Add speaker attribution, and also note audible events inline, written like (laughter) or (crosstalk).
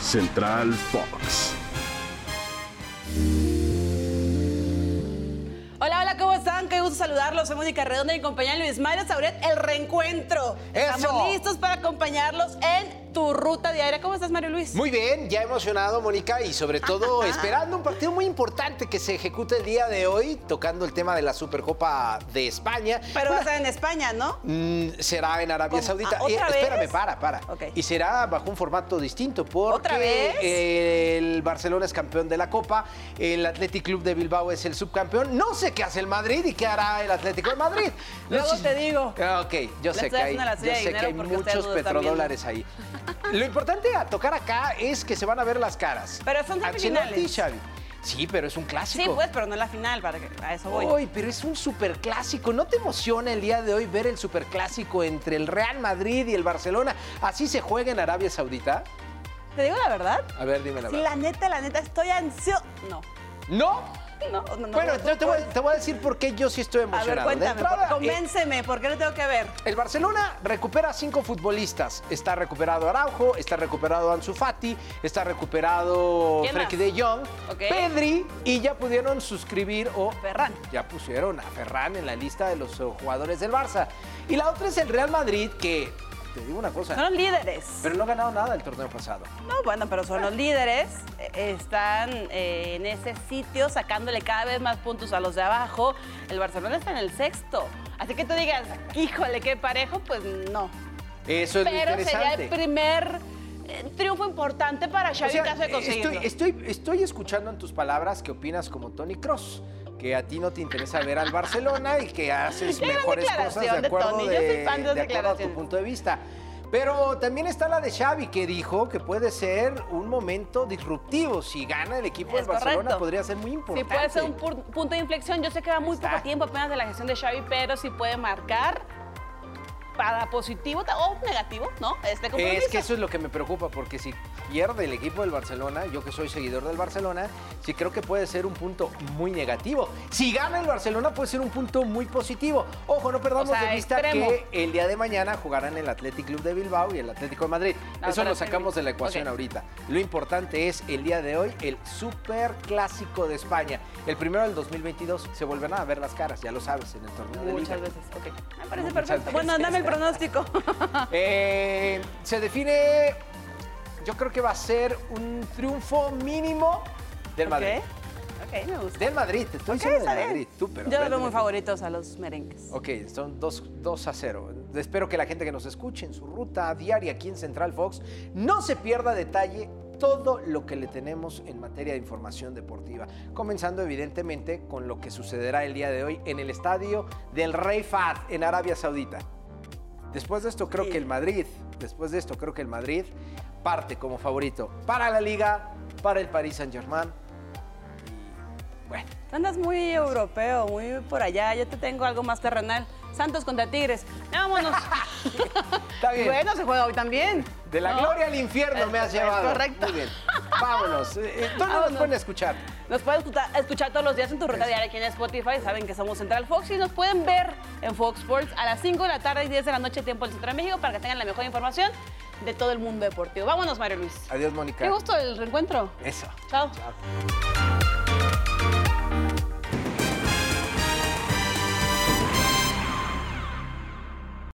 Speaker 1: Central Fox.
Speaker 2: Hola, hola, ¿cómo están? Qué gusto saludarlos. Soy Mónica Redonda y mi compañero Luis Mario Sauret, el reencuentro.
Speaker 3: ¡Eso!
Speaker 2: Estamos listos para acompañarlos en tu ruta diaria. ¿Cómo estás, Mario Luis?
Speaker 3: Muy bien, ya emocionado, Mónica, y sobre todo esperando un partido muy importante que se ejecute el día de hoy, tocando el tema de la Supercopa de España.
Speaker 2: Pero va a
Speaker 3: Una-
Speaker 2: estar en España, ¿no?
Speaker 3: Mm, será en Arabia
Speaker 2: ¿Cómo?
Speaker 3: Saudita. Eh,
Speaker 2: Ah, ¿otra
Speaker 3: espérame,
Speaker 2: vez?
Speaker 3: para, para.
Speaker 2: Ok.
Speaker 3: Y será bajo un formato distinto porque
Speaker 2: ¿Otra vez?
Speaker 3: el Barcelona es campeón de la Copa, el Athletic Club de Bilbao es el subcampeón. No sé qué hace el Madrid y qué hará el Atlético de Madrid.
Speaker 2: (laughs) Luego
Speaker 3: Los-
Speaker 2: te digo.
Speaker 3: Ah, Ok, yo
Speaker 2: Le
Speaker 3: sé que
Speaker 2: estoy
Speaker 3: hay,
Speaker 2: haciendo la
Speaker 3: yo
Speaker 2: serie de
Speaker 3: sé que
Speaker 2: dinero
Speaker 3: hay
Speaker 2: porque ustedes
Speaker 3: muchos
Speaker 2: no lo están (laughs)
Speaker 3: petrodólares ahí. Lo importante a tocar acá es que se van a ver las caras.
Speaker 2: Pero son
Speaker 3: Ancelotti y
Speaker 2: semifinales.
Speaker 3: Xavi. Sí, pero es un clásico.
Speaker 2: Sí, pues, pero no es la final, para que, a eso voy.
Speaker 3: Hoy, pero es un superclásico. ¿No te emociona el día de hoy ver el superclásico entre el Real Madrid y el Barcelona? ¿Así se juega en Arabia Saudita?
Speaker 2: ¿Te digo la verdad?
Speaker 3: A ver, dime la
Speaker 2: Sí,
Speaker 3: verdad.
Speaker 2: la neta, la neta, estoy ansioso. No,
Speaker 3: ¿No?
Speaker 2: no, no. no.
Speaker 3: bueno,
Speaker 2: Tú,
Speaker 3: yo te voy,
Speaker 2: pues.
Speaker 3: te voy a decir por qué yo sí estoy
Speaker 2: A ver,
Speaker 3: emocionado. De
Speaker 2: cuéntame,
Speaker 3: entrada,
Speaker 2: por-
Speaker 3: eh,
Speaker 2: convénceme, ¿por qué lo tengo que ver?
Speaker 3: El Barcelona recupera a cinco futbolistas. Está recuperado Araujo, está recuperado Ansu Fati, está recuperado
Speaker 2: ¿Quién
Speaker 3: Frenkie
Speaker 2: más?
Speaker 3: de Jong,
Speaker 2: Ok.
Speaker 3: Pedri y ya pudieron suscribir o
Speaker 2: Ferran.
Speaker 3: ya pusieron a Ferran en la lista de los eh, jugadores del Barça. Y la otra es el Real Madrid que te digo una cosa,
Speaker 2: Son los líderes.
Speaker 3: pero no ha ganado nada el torneo pasado.
Speaker 2: No, bueno, pero son los líderes. eh, Están eh, en ese sitio sacándole cada vez más puntos a los de abajo. El Barcelona está en el sexto. Así que tú digas, híjole, qué parejo, pues no.
Speaker 3: Eso es lo
Speaker 2: Pero sería
Speaker 3: interesante.
Speaker 2: el primer eh, triunfo importante para
Speaker 3: O
Speaker 2: Xavi
Speaker 3: sea,
Speaker 2: en caso de conseguirlo.
Speaker 3: estoy, estoy- estoy escuchando en tus palabras que opinas como Tony Cross, que a ti no te interesa ver al Barcelona y que haces
Speaker 2: Qué gran
Speaker 3: mejores cosas de
Speaker 2: declaración de
Speaker 3: acuerdo,
Speaker 2: Tony. Yo
Speaker 3: de-
Speaker 2: soy fan de esas
Speaker 3: de acuerdo a tu
Speaker 2: declaraciones.
Speaker 3: punto de vista. Pero también está la de Xavi que dijo que puede ser un momento disruptivo. Si gana el equipo
Speaker 2: Es
Speaker 3: del Barcelona
Speaker 2: correcto.
Speaker 3: podría ser muy importante.
Speaker 2: Sí, puede ser un pur- punto de inflexión. Yo sé que va muy
Speaker 3: Está.
Speaker 2: poco tiempo apenas de la gestión de Xavi, pero sí puede marcar para positivo ta- o negativo, ¿no? Este compromiso.
Speaker 3: Es que eso es lo que me preocupa, porque si pierde el equipo del Barcelona, yo que soy seguidor del Barcelona, sí creo que puede ser un punto muy negativo. Si gana el Barcelona, puede ser un punto muy positivo. Ojo, no perdamos
Speaker 2: O sea,
Speaker 3: de vista
Speaker 2: extremo.
Speaker 3: que el día de mañana jugarán el Athletic Club de Bilbao y el Atlético de Madrid.
Speaker 2: No,
Speaker 3: eso
Speaker 2: pero
Speaker 3: lo
Speaker 2: es que-
Speaker 3: sacamos de la ecuación
Speaker 2: ok.
Speaker 3: ahorita. Lo importante es el día de hoy, el Super Clásico de España. El primero del 2022 se volverán a ver las caras, ya lo sabes, en el torneo de Liga.
Speaker 2: Muchas veces, ok. Me parece
Speaker 3: Muchas
Speaker 2: perfecto.
Speaker 3: veces.
Speaker 2: Bueno, dame el pronóstico.
Speaker 3: (laughs) Eh, se define, yo creo que va a ser un triunfo mínimo del Madrid.
Speaker 2: Ok, ok, me gusta.
Speaker 3: Del Madrid, te estoy
Speaker 2: Ok,
Speaker 3: diciendo
Speaker 2: está
Speaker 3: del
Speaker 2: bien.
Speaker 3: Madrid, tú,
Speaker 2: Yo
Speaker 3: pero...
Speaker 2: los
Speaker 3: del
Speaker 2: veo muy
Speaker 3: Madrid.
Speaker 2: favoritos a los merengues.
Speaker 3: Ok, son 2 a 0. Espero que la gente que nos escuche en su ruta diaria aquí en Central Fox no se pierda detalle todo lo que le tenemos en materia de información deportiva. Comenzando evidentemente con lo que sucederá el día de hoy en el estadio del Rey Fahd en Arabia Saudita. Después de esto creo que el Madrid, después de esto creo que el Madrid parte como favorito para la liga, para el Paris Saint-Germain. Y, Bueno,
Speaker 2: Tú Andas muy europeo, muy por allá. Yo te tengo algo más terrenal. Santos contra Tigres. Ya, Vámonos.
Speaker 3: (laughs) está bien.
Speaker 2: bueno, se juega hoy también.
Speaker 3: De la
Speaker 2: ¿no?
Speaker 3: gloria al infierno me has
Speaker 2: Es- es
Speaker 3: llevado.
Speaker 2: correcto.
Speaker 3: Muy bien. Vámonos. Eh, eh, ¿Dónde nos
Speaker 2: Vámonos.
Speaker 3: pueden escuchar?
Speaker 2: Nos pueden escuchar, escuchar todos los días en tu ruta diaria aquí en Spotify. Saben que somos Central Fox y nos pueden ver en Fox Sports a las 5 de la tarde y 10 de la noche, tiempo del Centro de México, para que tengan la mejor información de todo el mundo deportivo. Vámonos, Mario Luis.
Speaker 3: Adiós, Mónica.
Speaker 2: Qué gusto el reencuentro.
Speaker 3: Eso.
Speaker 2: Chao.